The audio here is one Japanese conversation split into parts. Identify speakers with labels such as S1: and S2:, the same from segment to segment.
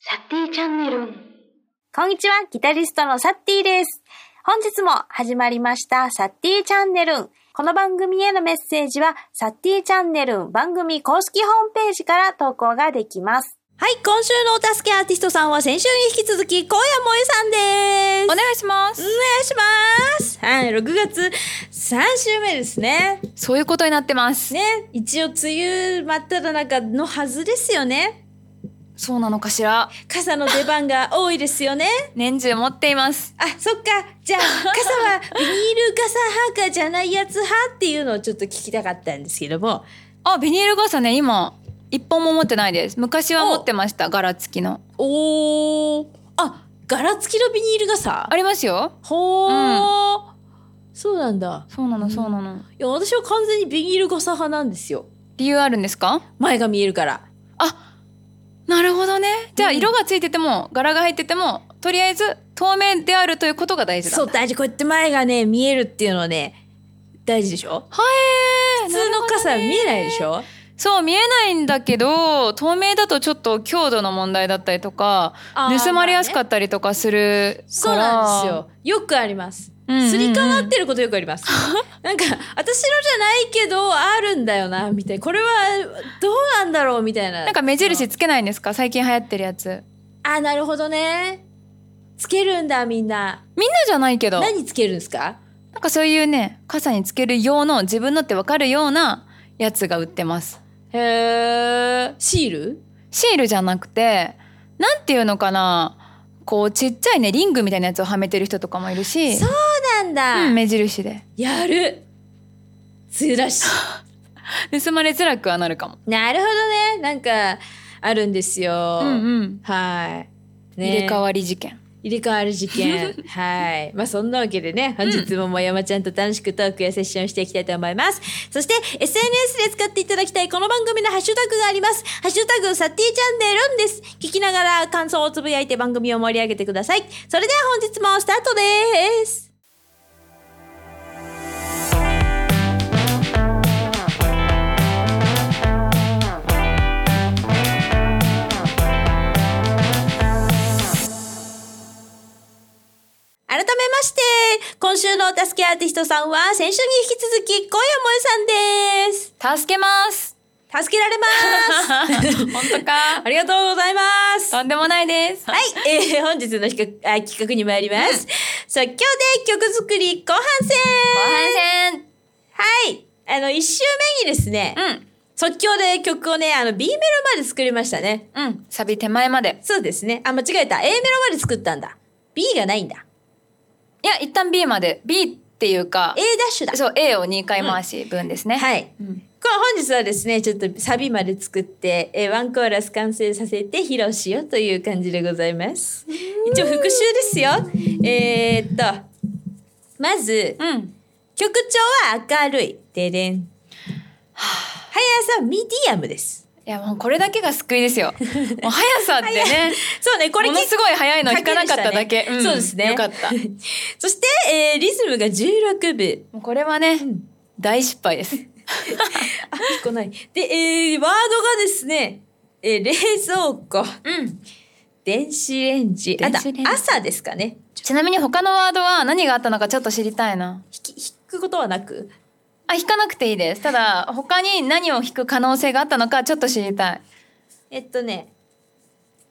S1: サティチャンネル。
S2: こんにちは、ギタリストのサッティです。本日も始まりました、サッティチャンネル。この番組へのメッセージは、サッティチャンネル番組公式ホームページから投稿ができます。
S3: はい、今週のお助けアーティストさんは先週に引き続き、小谷萌さんです。お願
S4: 願いしま
S3: いします。はい、6月3週目ですね。
S4: そういうことになってます。
S3: ね、一応梅雨真っ只中のはずですよね。
S4: そうなのかしら。
S3: 傘の出番が多いですよね。
S4: 年中持っています。
S3: あ、そっか。じゃあ、傘 はビニール傘派かじゃないやつ派っていうのをちょっと聞きたかったんですけども。
S4: あ、ビニール傘ね、今一本も持ってないです。昔は持ってました。柄付きの。
S3: おー。あ、柄付きのビニール傘
S4: ありますよ。
S3: ほー。そうなんだ。
S4: そうなの、そうな
S3: い
S4: の。
S3: や私は完全にビニール傘派なんですよ
S4: 理由あるんですか。
S3: 前が見えるから
S4: なるほどね。じゃあ、
S3: うん
S4: 色がついてても、柄が入ってても、とりあえず透明であるということが大事だ。
S3: そう大事こうやって前がね見えるっていうのはね大事でしょ
S4: はえー。
S3: 普通
S4: なる
S3: の
S4: ほどね
S3: 傘は見えないでしょ
S4: そう見えないんだけど透明だとちょっと強度の問題だったりとか
S3: あー
S4: 盗まれやすか
S3: まあね
S4: ったりとかするから、
S3: そうなんですよよくあります
S4: うんうんうん
S3: すり替わってることよくあり ます、なんか私のじゃないけどあるんだよなみたいなこれはどうなんだろうみたいな
S4: なんか目印つけないんですか最近流行ってるやつ
S3: あなるほどねつけるんだみんな
S4: みんなじゃないけどなん
S3: 何つけるんですか
S4: かそういうね傘につける用の自分のってわかるようなやつが売ってます
S3: へーシール
S4: シールじゃなくてなんていうのかなこうちっちゃいねリングみたいなやつをはめてる人とかもいるし
S3: そうなんだ、
S4: うん目印で
S3: やる梅雨らし
S4: 盗まれづらくはなるかも、
S3: いなるほどねなんかあるんですよ、
S4: うんうん
S3: はい、ね、
S4: 入れ替わり事件
S3: 入れ替わる事件はいまあそんなわけでね本日ももやまちゃんと楽しくトークやセッションしていきたいと思います、そして SNS で使っていただきたいこの番組のハッシュタグがありますハッシュタグサティチャンネルんです聞きながら感想をつぶやいて番組を盛り上げてくださいそれでは本日もスタートです改めまして、今週のお助けアーティストさんは、先週に引き続き、小山萌さんです。
S4: 助けます
S3: 助けられます。
S4: 本 当か
S3: ありがとうございます。
S4: とんでもないです
S3: はい、えー、本日の企画あ企画に参ります。即興で曲作り後半戦
S4: 後
S3: はい、あの、一週目にですね、
S4: 半戦
S3: 即興で曲をね、あの、B メロまで作りましたね。
S4: うんうんサビ手前まで
S3: そうですね。あ、間違えた。A メロまで作ったんだ。B がないんだ。
S4: いや一旦 B まで B っていうか
S3: A ダッシュだ。
S4: そう A を2回回し分ですね、
S3: はい。
S4: うん
S3: こう本日はですね、ちょっとサビまで作って、えーワンコーラス完成させて披露しようという感じでございます。一応復習ですよ。えー、っと、まず、
S4: うん
S3: 曲調は明るい。ででん。速さミディアムです。
S4: いやもうこれだけが救いで すよもう速さってね
S3: そうね、これ
S4: もの
S3: 結
S4: すごい速いの
S3: 構
S4: 引かなかっただけ、
S3: 確認したね
S4: ん
S3: そうですね。
S4: よか った。も。
S3: そして、えーリズムが16部。
S4: うこれはね、
S3: ん
S4: 大失敗です
S3: あ、1個ない。で、えーワードがですね、えー冷蔵庫、
S4: うん
S3: 電子レンジ、あと
S4: 電子レンジ
S3: 朝ですかね。
S4: ちなみに他のワードは何があったのかちょっと知りたいな
S3: 引き引くことはなく
S4: あ引かなくていいですただ他に何を引く可能性があったのかちょっと知りたい
S3: えっとね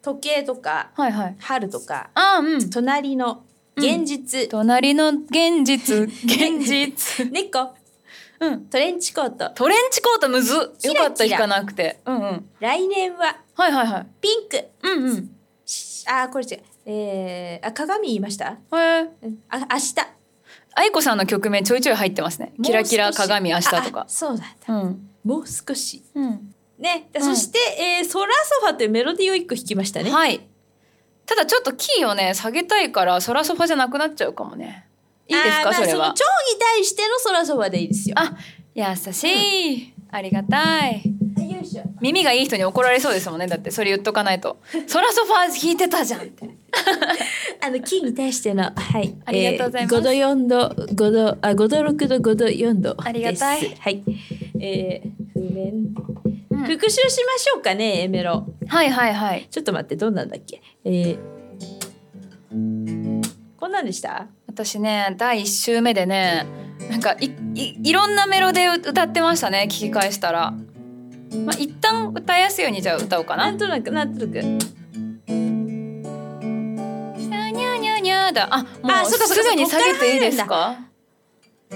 S3: 時計とか
S4: はいはい
S3: 春とか
S4: あうん
S3: 隣の現実、
S4: 隣の現 実現実
S3: 猫
S4: うん
S3: トレンチコート
S4: トレンチコートむず
S3: キ
S4: よ
S3: ラキラ
S4: かった引かなくてうんうん
S3: 来年は
S4: はいはいはい
S3: ピンク
S4: うんうん
S3: しあーこれ違うえー、あ鏡言いました
S4: へえ
S3: うんあ明日
S4: 愛子さんの曲名ちょいちょい入ってますね
S3: もう
S4: キラキラ
S3: 少し
S4: 鏡明日と
S3: あ
S4: か
S3: あそうだ
S4: うん
S3: もう少し
S4: うん
S3: ね、で
S4: うん
S3: そして、えー、ソラソファというメロディーを一個弾きましたね、
S4: はいただちょっとキーをね下げたいからソラソファじゃなくなっちゃうかもねいいです
S3: あーま
S4: か
S3: あ
S4: それ
S3: の
S4: は
S3: 蝶に対してのソラソファでいいですよ
S4: あ優しいありがたい
S3: あよいしょ
S4: 耳がいい人に怒られそうですもんねだってそれ言っとかな いと「ソラソファ弾いてたじゃん」って
S3: あのキーに対してのはい、
S4: ありがとうございま
S3: え
S4: す
S3: ー5度四度五度あ五度六度五度四度です。
S4: ありがたい
S3: はい。えー、譜面
S4: うんうん
S3: 復習しましょうかね、エメロ。
S4: はいはいはい
S3: ちょっと待って、どんなんだっけ。えー、こんなんでした
S4: 私ね第1週目でねなんかいいいろんなメロで歌ってましたね聞き返したら、まあ、一旦歌いやすいようにじゃあ歌おうか
S3: な
S4: な「
S3: んとなく、なんとなく。
S4: にゃーにゃーにゃーにゃーだ」あも
S3: あ
S4: う
S3: そうかそうか
S4: すぐに下げていいです
S3: こっ
S4: か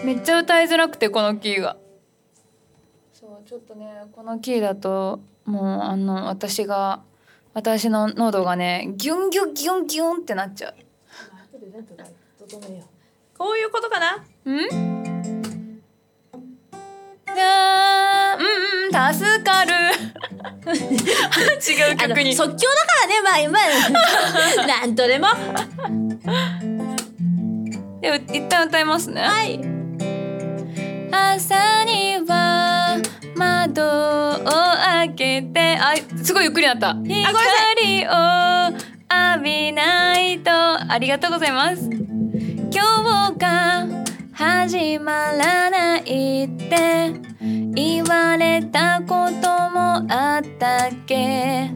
S4: めっちゃ歌いづらくてこのキーがそうちょっとねこのキーだともうあの私が私の喉がねギュンギュンギュンギュンってなっちゃ
S3: こういうことかな
S4: うんあーうんうん助か る違う
S3: あの
S4: 曲に
S3: 即興だからね、まあ、まあ、 なんとでも。
S4: でう一旦歌いますね
S3: はい。
S4: 朝には窓を開けてあすごいゆっくりなった光を浴びないとありがとうございます今日が始まらないって言われたこともあったっけ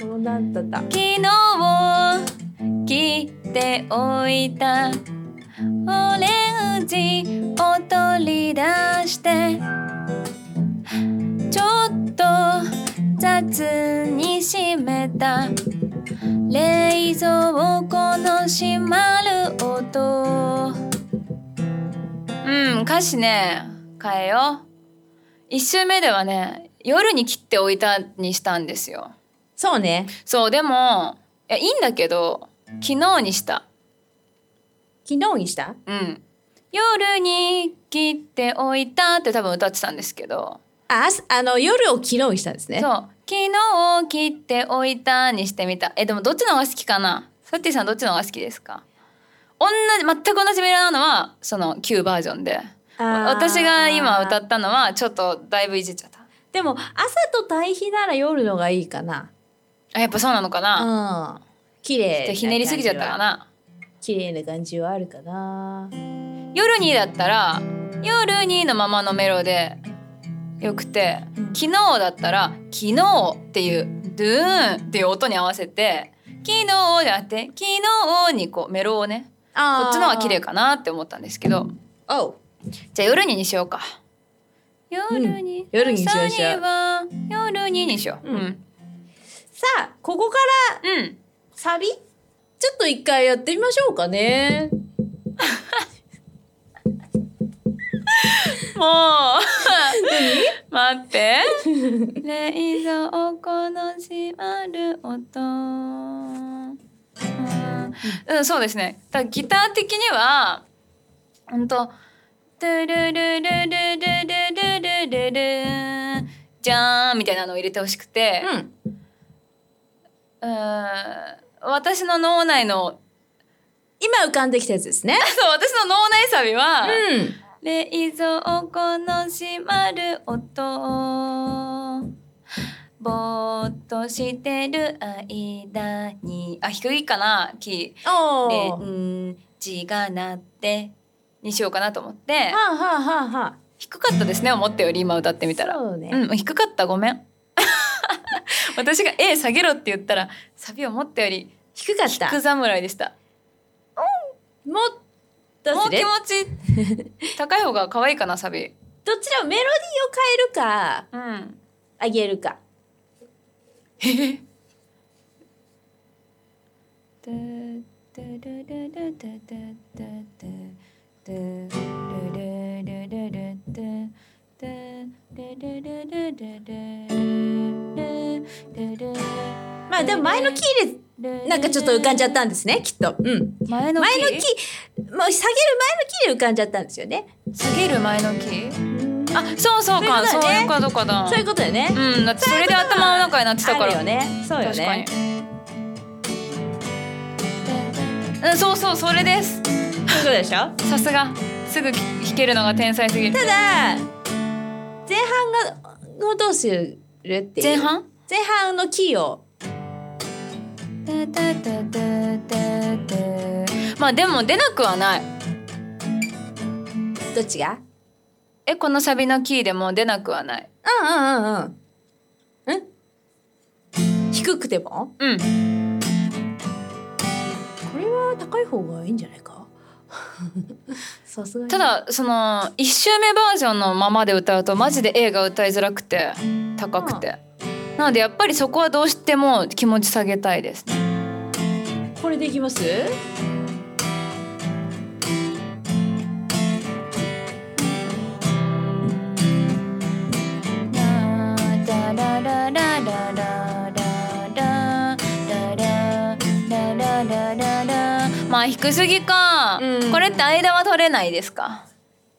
S3: そうなんだった。
S4: 昨日切っておいたオレンジを取り出してちょっと雑に閉めた冷蔵庫の閉まる音うん歌詞ね変えよう一周目ではね夜に切っておいたにしたんですよ
S3: そうね。
S4: そうでもいやいいんだけど昨日にした
S3: 昨日にした
S4: うん夜に切っておいたって多分歌ってたんですけど、
S3: あ、朝あの、夜を昨日にしたんですね。
S4: そう昨日切っておいたにしてみたえでもどっちの方が好きかなサッティさんどっちの方が好きですか同じ全く同じメロなのはその旧バージョンで
S3: あー
S4: 私が今歌ったのはちょっとだいぶいじっちゃった
S3: でも、朝と対比なら夜のがいいかな。
S4: あやっぱそうなのかな、
S3: うん。綺麗
S4: じゃあひねりすぎちゃった
S3: な感
S4: かな
S3: じは。綺麗な感じはあるかな。
S4: 夜にだったら夜にのままのメロでよくて昨日だったら昨日っていうドゥーンっていう音に合わせて昨日じゃなくて昨日にこうメロをねこ
S3: あ
S4: っちの方が綺麗。かなって思ったんですけど
S3: おう。
S4: じゃあ夜ににしようか夜に、
S3: ん夜にしましょう
S4: 朝には夜ににしよう
S3: う
S4: うんん、
S3: さあ、ここから
S4: うん、
S3: サビちょっと一回やってみましょうかね。
S4: もう待って冷蔵庫の閉まる音うんうん、そうですねだからギター的にはほんと「ドゥルルルルルルルルルルじゃーん」みたいなのを入れてほしくて、
S3: うん。
S4: うん、私の脳内の
S3: 今浮かんできたやつですね。
S4: そう私の脳内サビは、
S3: うん。
S4: 冷蔵庫の閉まる音ぼーっとしてる間にあ低いかなキーレ
S3: おう。
S4: ンジが鳴ってにしようかなと思って
S3: はあ、はあはあはあ、
S4: 低かったですね思ったより今歌ってみたら
S3: そうね。
S4: うん低かったごめん 私が A 下げろって言ったらサビを思ったより
S3: 低かった。
S4: 低侍でした
S3: もっど
S4: も
S3: っ
S4: う
S3: ちで
S4: 気持ち高い方が可愛いかなサビ
S3: どちらもメロディーを変えるか
S4: うん
S3: 上げるか
S4: ドゥドゥルルルルドゥドゥドゥドゥドゥルルルルルドゥドゥルルルルルルルルル
S3: まあでも前のキー
S4: ル
S3: でなんかちょっと浮かんじゃったんですねきっとうん
S4: 前の
S3: 前のキ
S4: キ
S3: ーもう下げる前のキーで浮かんじゃったんですよね
S4: ー下げる前のキーあそうそうか
S3: そ
S4: そうう
S3: い
S4: いうう
S3: こ
S4: ことかだ
S3: そういうことだよね
S4: うんだってそれで頭の中になってたか
S3: ある
S4: ら
S3: よねそうよ
S4: 確かに
S3: ね
S4: うんそうそうそれです
S3: そういうことでしょ
S4: さすがすぐ弾けるのが天才すぎる
S3: ただ前半がをどうするっていう
S4: 前半
S3: 前半のキーを
S4: まあでも出なくはない
S3: どっちが
S4: えこのサビのキーでも出なくはない
S3: うんうんうんうん低くても
S4: うん
S3: これは高い方がいいんじゃないか さすがに
S4: ただその1周目バージョンのままで歌うとマジで A が歌いづらくて高くてなのでやっぱりそこはどうしても気持ち下げたいですね
S3: これでいきます
S4: まあ低すぎか、
S3: うん
S4: これって間は取れないですか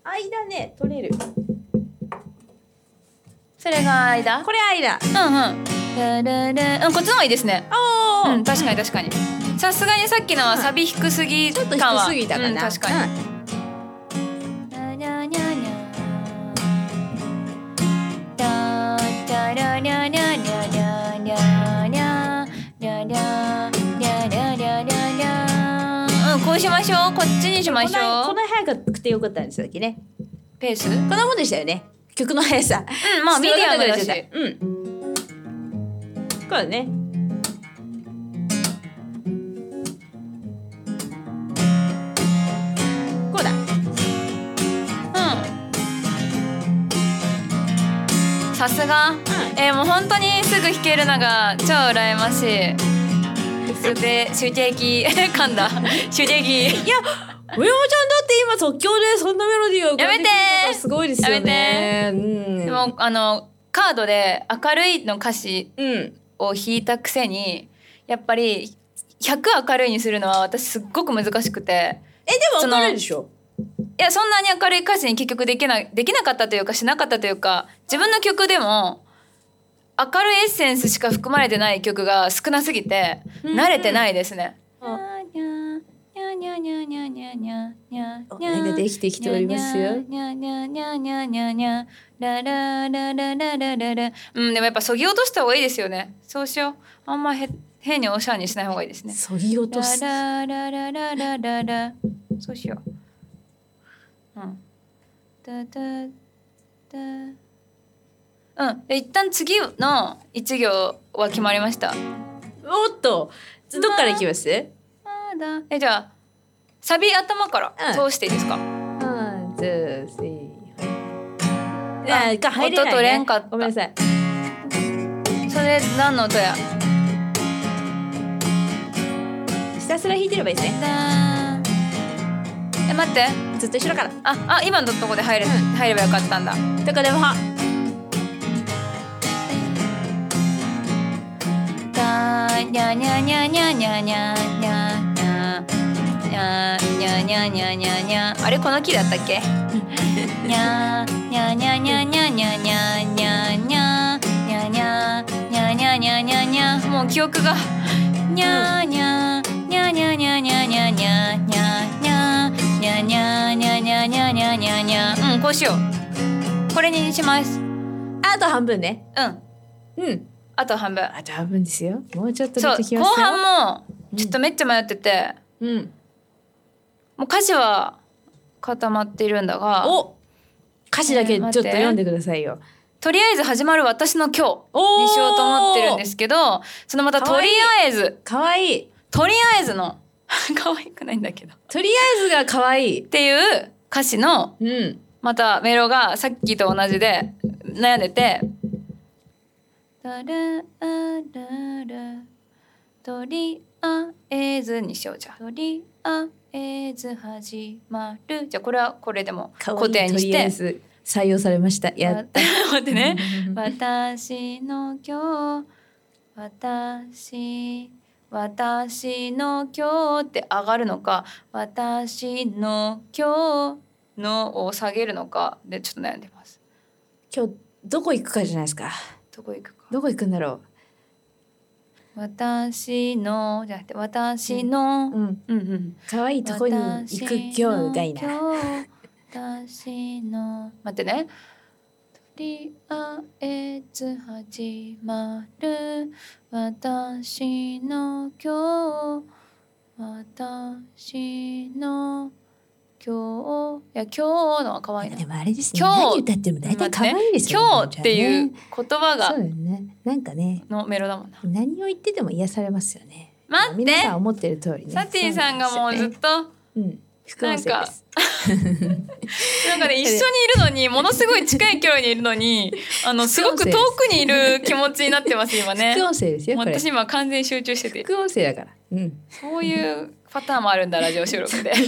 S3: 間ね取れる
S4: それが間
S3: これ間
S4: うんうんラララうんこっちの方がいいですね
S3: あー
S4: うん確かに確かにさすがにさっきのはサビ低すぎ
S3: ちょっと
S4: 感は
S3: 低すぎたかな、
S4: うん確かに
S3: に、
S4: うんこうしましょうこっちにしまし
S3: こ
S4: ょ
S3: の早くてよかったんですだっけね
S4: うペースう
S3: こ
S4: ん
S3: んなもんでしたよね曲の速さ
S4: まあミディアムだし
S3: うんこうねこうだ
S4: うんさすがえーもう本当にすぐ弾けるのが超羨ましいそれで主敵噛んだ主
S3: 上
S4: 敵
S3: 山ちゃんだって今即興でそんなメロディーを
S4: やめて
S3: すごいですよねうん
S4: でもあのカードで「明るい」の歌詞
S3: うん
S4: を弾いたくせにやっぱり100明るいにするのは私すっごく難しくて
S3: えでも明るいでしょ
S4: いやそんなに明るい歌詞に結局できなできなかったというかしなかったというか自分の曲でも明るいエッセンスしか含まれてない曲が少なすぎて
S3: うん
S4: 慣れてないですね。
S3: あお
S4: な
S3: 願いができてきておりますよ
S4: にゃにゃにゃにゃにゃにゃララララララララうんでもやっぱそぎ落とした方がいいですよねそうしようあんまへ変におしゃれにしない方がいいですね
S3: そぎ落とす
S4: ラララララララそうしよううんだだだうんで一旦次の一行は決まりました
S3: おっとどっからいきます
S4: まだえじゃあサビ頭から
S3: うん
S4: 通していいですか、
S3: 1 2 3あーが入れない、ね、
S4: 音取れんかった
S3: ごめんなさい
S4: それ何の音や
S3: ひたすら弾いてればいいですね
S4: え待って
S3: ずっと後ろからど
S4: ああ今のとこで入れ,、入ればよかったんだ
S3: こでも
S4: にゃにゃにゃにゃにゃにゃにゃにゃにゃにゃにゃにゃにゃにゃあれこの木だったっけにゃにゃにゃにゃにゃにゃにゃにゃにゃにゃにゃにゃにゃにゃにゃにゃもう記憶がにゃにゃにゃにゃにゃにゃにゃにゃにゃにゃにゃにゃにゃにゃにゃにゃにゃにゃうんこうしようこれにしますうん
S3: あと半分ねうん
S4: あと半分
S3: あと半分ですよもうちょっと
S4: そ
S3: 出
S4: う
S3: てき
S4: 後
S3: ますよ
S4: 半も
S3: うん
S4: ちょっとめっちゃ迷ってて、
S3: うん
S4: もう歌詞は固まっているんだが
S3: お歌詞だけ
S4: えー
S3: ちょっと
S4: 待って
S3: 読んでくださいよ
S4: とりあえず始まる私の今日
S3: おー
S4: にしようと思ってるんですけどそのまた
S3: か
S4: と
S3: わ
S4: り
S3: いい
S4: あえず
S3: かわいい
S4: とりあえずの 可愛くないんだけどっ
S3: とりあえずがかわいい
S4: ていう歌詞の
S3: うん
S4: またメロがさっきと同じで悩んでて「だらあららとりあえず」にしようじゃあとりあえず始まるじゃあこれはこれでも
S3: かわい
S4: 固
S3: い
S4: 定に
S3: と
S4: し
S3: りあえ
S4: て。
S3: ず採用されましたやっ
S4: 待ってね。
S3: た
S4: 私の今日私私の今日って上がるのか私の今日のを下げるのかでちょっと悩んでます
S3: 今日どこ行くかじゃないですか
S4: どこ行くか
S3: どこ行くんだろ
S4: 私のじゃなくて私
S3: う
S4: の、
S3: うん
S4: うんうん、
S3: 可愛いとこに行く今日がいいな
S4: 私の待ってね。とりあえず始まる私の今日私の今今日いや今日のは可愛いな
S3: でもあれですね。
S4: 今日
S3: 何歌っても大体可愛いですよね。
S4: 今日っていう
S3: ね
S4: 言葉
S3: そ
S4: が
S3: うだよね。なんかね、
S4: のメロだもんな
S3: 何を言ってても癒されますよね。
S4: 待って
S3: 皆さん思ってる通りね。
S4: サティさんがもうずっと
S3: そうなんですよね。うん。副音声
S4: な
S3: で
S4: んか
S3: す。
S4: なんかね一緒にいるの にものすごい近い距離にいるのにあのすごく遠くにいる気持ちになってます今ね
S3: 副音声ですよ。
S4: もう
S3: これ。
S4: 私今完全に集中してて
S3: 副音声だから。うん。
S4: そういうパターンもあるんだラジオ収 録で
S3: 副音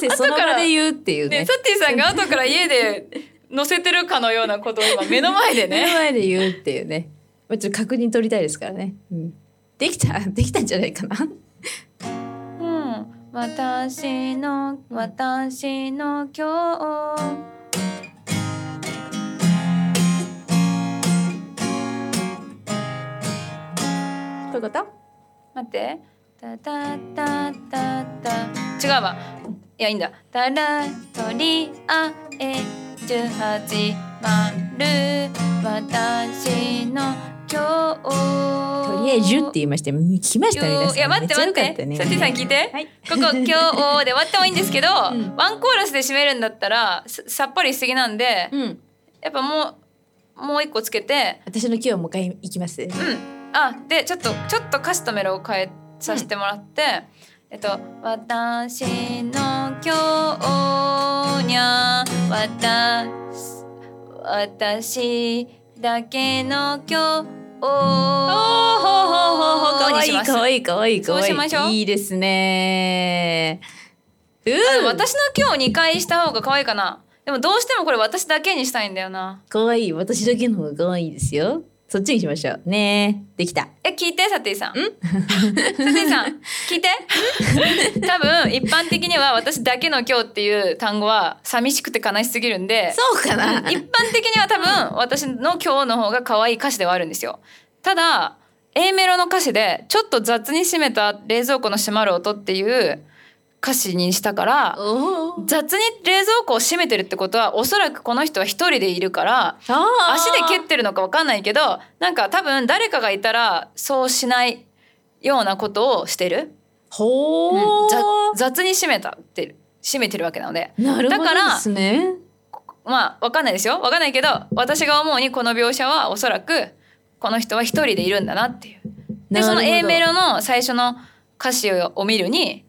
S3: 声その場で言うっていう
S4: で
S3: ね
S4: サ。ティさんが後から家で載せてるかのようなことを今目の前で
S3: 目の
S4: ね
S3: 前で言うっていうね。まあちょっと確認取りたいですからね。うん。できた できたんじゃないかな。
S4: うん私の私の今日
S3: どういうこと？
S4: 待って。たたたたた。違うわ。いや、いいんだ。たら、とりあえず始まる。私の今日。
S3: とりあえずって言いまして、聞きましたね皆さん。
S4: いや待って待っ
S3: めちゃ良か
S4: て、
S3: たね
S4: さてさん聞いて、
S3: はい
S4: ここ今日で終わってもいいんですけど、
S3: ん
S4: ワンコーラスで締めるんだったらささっぱりしすぎなんで、
S3: うん。
S4: やっぱもうもう一個つけて
S3: 私の今日もう一回行きます。
S4: うん、あでちょっとちょっと歌詞とメロを変えさせてもらって、えっと「私の今日にゃ私私だけの今日」
S3: かわいい
S4: にします
S3: かわいいかわいいかわいい。
S4: そうしましょう
S3: いいですね。う
S4: あでも
S3: ん。
S4: 私の今日を2回した方が可愛いかなでもどうしてもこれ私だけにしたいんだよな
S3: かわいい。私だけの方がかわいいですよ。そっちにしましょう。ねえ。できた。
S4: え聞いてサティさん。サティさん聞い て。多分一般的には私だけの今日っていう単語は寂しくて悲しすぎるんで、
S3: そうかな。
S4: 一般的には多分私の今日の方が可愛い歌詞ではあるんですよ。ただ A メロの歌詞でちょっと雑に締めた冷蔵庫の閉まる音っていう歌詞にしたから。
S3: おー
S4: 雑に冷蔵庫を閉めてるってことはおそらくこの人は一人でいるから
S3: あー
S4: 足で蹴ってるのかわかんないけどなんか多分誰かがいたらそうしないようなことをしてる、
S3: ほ
S4: うん
S3: ー
S4: ざ雑に締めたって締めてるわけなので
S3: なるほど
S4: だから
S3: ですね。
S4: まあわかんないですよわかんないけど私が思うにこの描写はおそらくこの人は一人でいるんだなっていう。でその A メ
S3: ロ。
S4: ロの最初の歌詞を見るに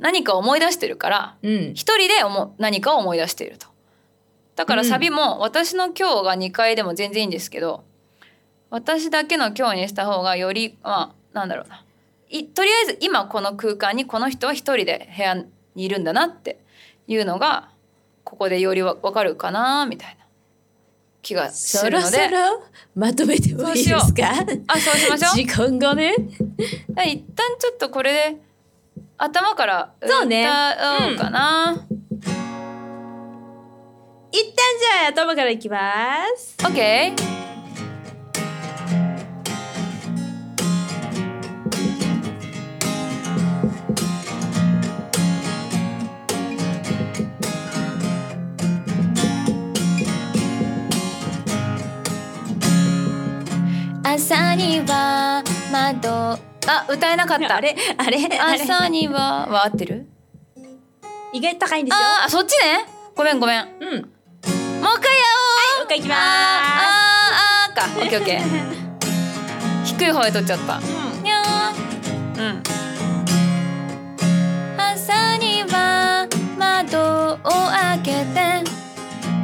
S4: 何か思い出してるから
S3: うん。
S4: 一人で思う何かを思い出しているとだからサビも「私の今日」が2回でも全然いいんですけど「私だけの今日」にした方がよりまあなんだろうないとりあえず今この空間にこの人は一人で部屋にいるんだなっていうのがここでよりわ分かるかなみたいな気がす
S3: そ
S4: る
S3: ろ
S4: の
S3: そ
S4: で
S3: ろまとめてもいいで
S4: そう
S3: すか？
S4: あそうしましょ
S3: 時間がね。
S4: うだから一旦ちょっとこれで頭から
S3: そうね
S4: 歌おうかな、
S3: 一旦じゃあ頭からいきます。
S4: オッケー朝には窓あ歌えなかった
S3: あれあれあれ
S4: 朝にはは合ってる
S3: 意外と高いんですよ。
S4: あーあそっちねごめんごめんもう
S3: うん。もう
S4: 一回やおう、
S3: 一回いきまー
S4: あーあ ーかオッケーオッケー低い方へ取っちゃった
S3: す。
S4: にゃーうん朝には窓を開けて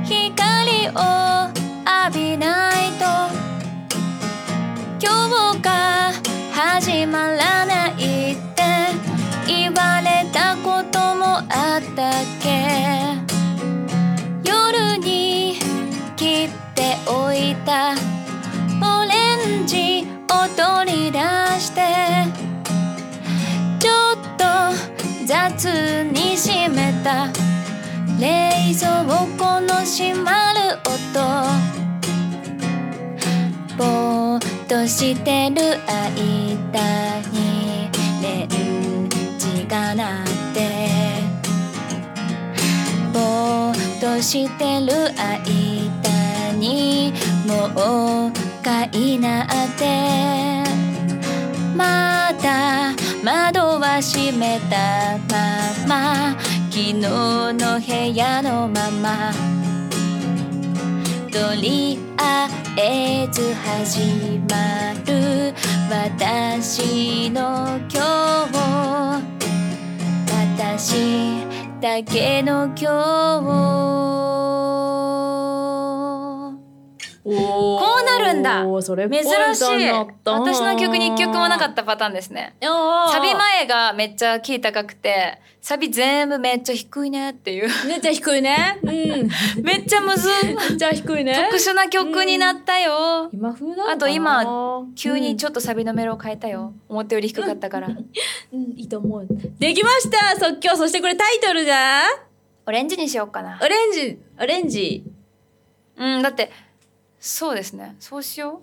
S4: 光を浴びないと今日が始まらないって言われたこともあったっけ夜に切っておいたオレンジを取り出してちょっと雑に閉めた冷蔵庫の閉まる音ぼーっとしてる間にレンジが鳴ってぼーっとしてる間にもう一いなってまた窓は閉めたまま昨日の部屋のままとりあえず始まる私の今日私だけの今
S3: お
S4: 日
S3: ー
S4: こうなるんだ
S3: それっぽ
S4: 珍
S3: い
S4: しい私の曲に一曲もなかったパターンですね
S3: た
S4: サビ前がめっちゃキー高くてサビ全部めっちゃ低いねっていう
S3: めっちゃ低いねうん
S4: めっちゃむずい
S3: めっちゃ低いね
S4: 特殊な曲になったよ
S3: 今風なのかな
S4: あと今急にち
S3: ょ
S4: ょっとサビのメロを変えたよ思ったより低かったから
S3: うん、うんいいと思うできました即興そしてこれタイトルが
S4: オレンジにしようかな
S3: オレンジオレンジ
S4: うんだってそうですねそうしよ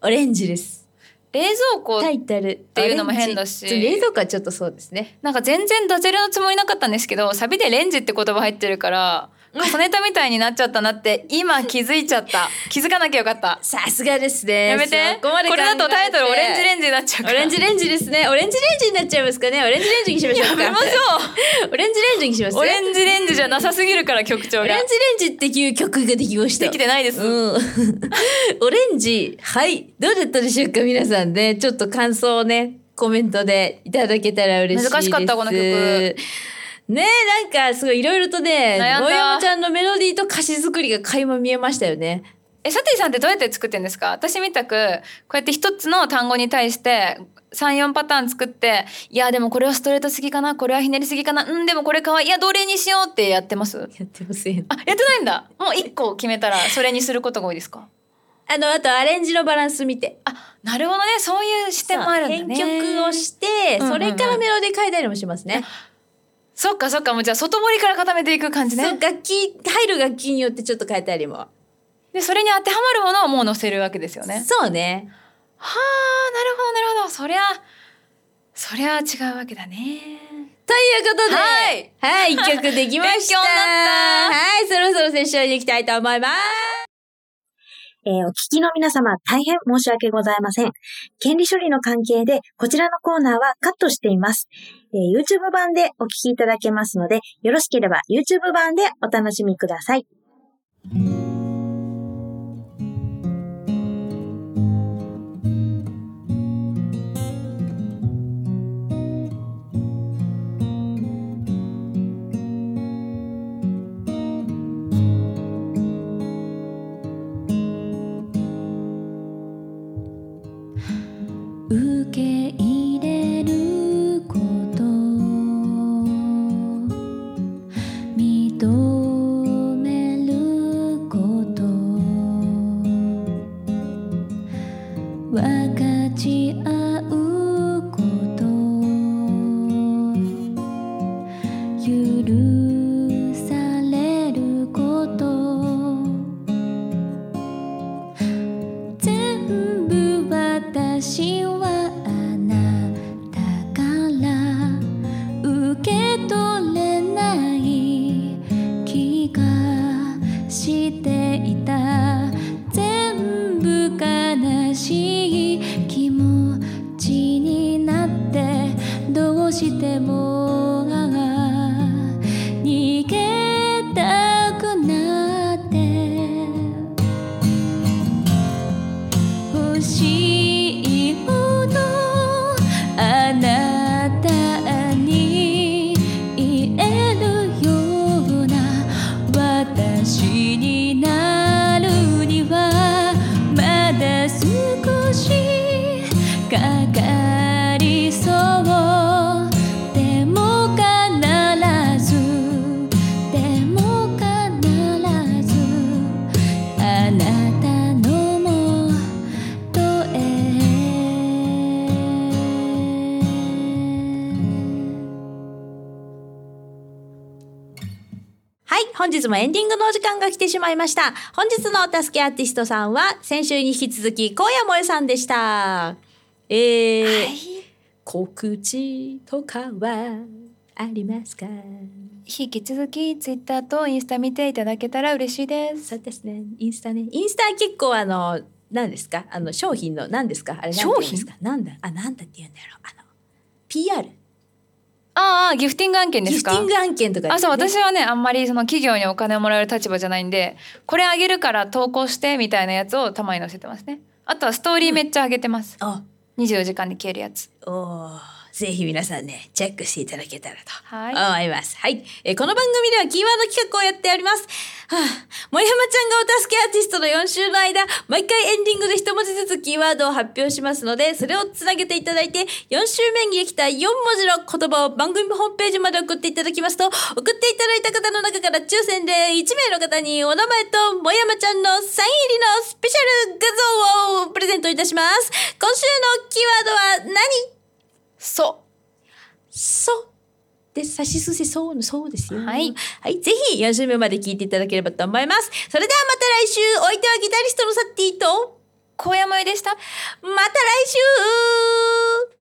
S4: う
S3: オレンジです
S4: 冷蔵庫
S3: タイトルって
S4: いうのも変だし
S3: 冷蔵庫はちょっとそうですね
S4: なんか全然ダジャレのつもりなかったんですけどサビでレンジって言葉入ってるから重ねたみたいになっちゃったなって今気づいちゃった気づかなきゃよかった
S3: さすがですね
S4: やめて
S3: そこまで
S4: これだとタイトルオレンジ
S3: ン
S4: レンジになっちゃう
S3: オ
S4: から
S3: レンジレンジですねオレンジレンジになっちゃいますかねオレンジレンジにしましょうか
S4: やめまし
S3: ょうオレンジレンジにしま
S4: ょ
S3: す
S4: うオレンジレンジじゃなさすぎるから曲調
S3: オ
S4: が
S3: レンジレンジっていう曲ができました
S4: できてないです、
S3: うん。 オレンジ、はい。どうだったでしょうか皆さんね。ちょっと感想をね、コメントでいただけたら嬉しいです。
S4: 難しかったこの曲
S3: ねえ、なんかすごいいろいろとね、
S4: 悩んだ
S3: もやもちゃんのメロディーと歌詞作りが垣間見えましたよね。
S4: えサティさんってどうやって作ってんですか私みたくこうやって一つの単語に対して34パターン作っていやでもこれはストレートすぎかなこれはひねりすぎかなうんでもこれかわいいいやどれにしようってやってます
S3: やってません。
S4: あやってないんだもう一個決めたらそれにすることが多いですか
S3: あの、あとアレンジのバランス見て。
S4: あなるほどねそういう視点もあるんだね
S3: そう編曲をして、
S4: うんうんうん
S3: それからメロディー変えたりもしますね。
S4: そっかそっかもうじゃあ外堀から固めていく感じ
S3: そ
S4: ね
S3: う、楽器、入る楽器によってちょっと変えたりも。
S4: でそれに当てはまるものをもう載せるわけですよね
S3: そうね。
S4: はあなるほどなるほどそりゃそりゃ違うわけだね
S3: ということで、
S4: はい
S3: はい、一曲できました。
S4: 勉強になった
S3: はい、そろそろセッションに行きたいと思います。
S2: えーお聞きの皆様、大変申し訳ございません。権利処理の関係で、こちらのコーナーはカットしています。えー YouTube 版でお聞きいただけますので、よろしければ YouTube 版でお楽しみください。
S4: 受け入れること認めること分かち合うこと許されること全部私はあなたから受け取れない気がしていた全部悲しい気持ちになってどうしてもああ逃げたくなって欲しいものあなたに言えるような私になるにはまだ少しかかりそうでも必ずでも必ずあなたのもとへ
S3: はい、本日もエンディングのお時間が来てしまいました。本日のお助けアーティストさんは、先週に引き続き、高野萌さんでした。えー、告知とかはありますか
S4: 引き続きツイッターとインスタ見ていただけたら嬉しいです
S3: そうですね、インスタね。インスタ結構あの、何ですかあの、商品の、何ですかあれ、なんて言うんですかなんだ、あ、なんだって言うんだろう。あの、PR?
S4: ああああギフティング案件で
S3: ギ
S4: す
S3: フテ
S4: か
S3: ィング案件とか
S4: あそう私はねあんまりその企業にお金をもらえる立場じゃないんでこれあげるから投稿してみたいなやつをたまに載せてますねあとはストーリーめっちゃあげてます、
S3: あ
S4: 24時間で消えるやつ
S3: おーぜひ皆さんねチェックしていただけたらと
S4: はい
S3: 思います。はい、えーこの番組ではキーワード企画をやっております。はあ、森山ちゃんがお助けアーティストの4週の間、毎回エンディングで一文字ずつキーワードを発表しますので、それをつなげていただいて、4週目にできた4文字の言葉を番組ホームページまで送っていただきますと、送っていただいた方の中から抽選で1名の方にお名前と森山ちゃんのサイン入りのスペシャル画像をプレゼントいたします。今週のキーワードは何
S4: そ
S3: そう。で、さしすせそうのそうですよ。
S4: はい。
S3: はい。ぜひ、4週目まで聞いていただければと思います。それではまた来週、お相手はギタリストのサッティと、
S4: う高山ゆでした
S3: また来週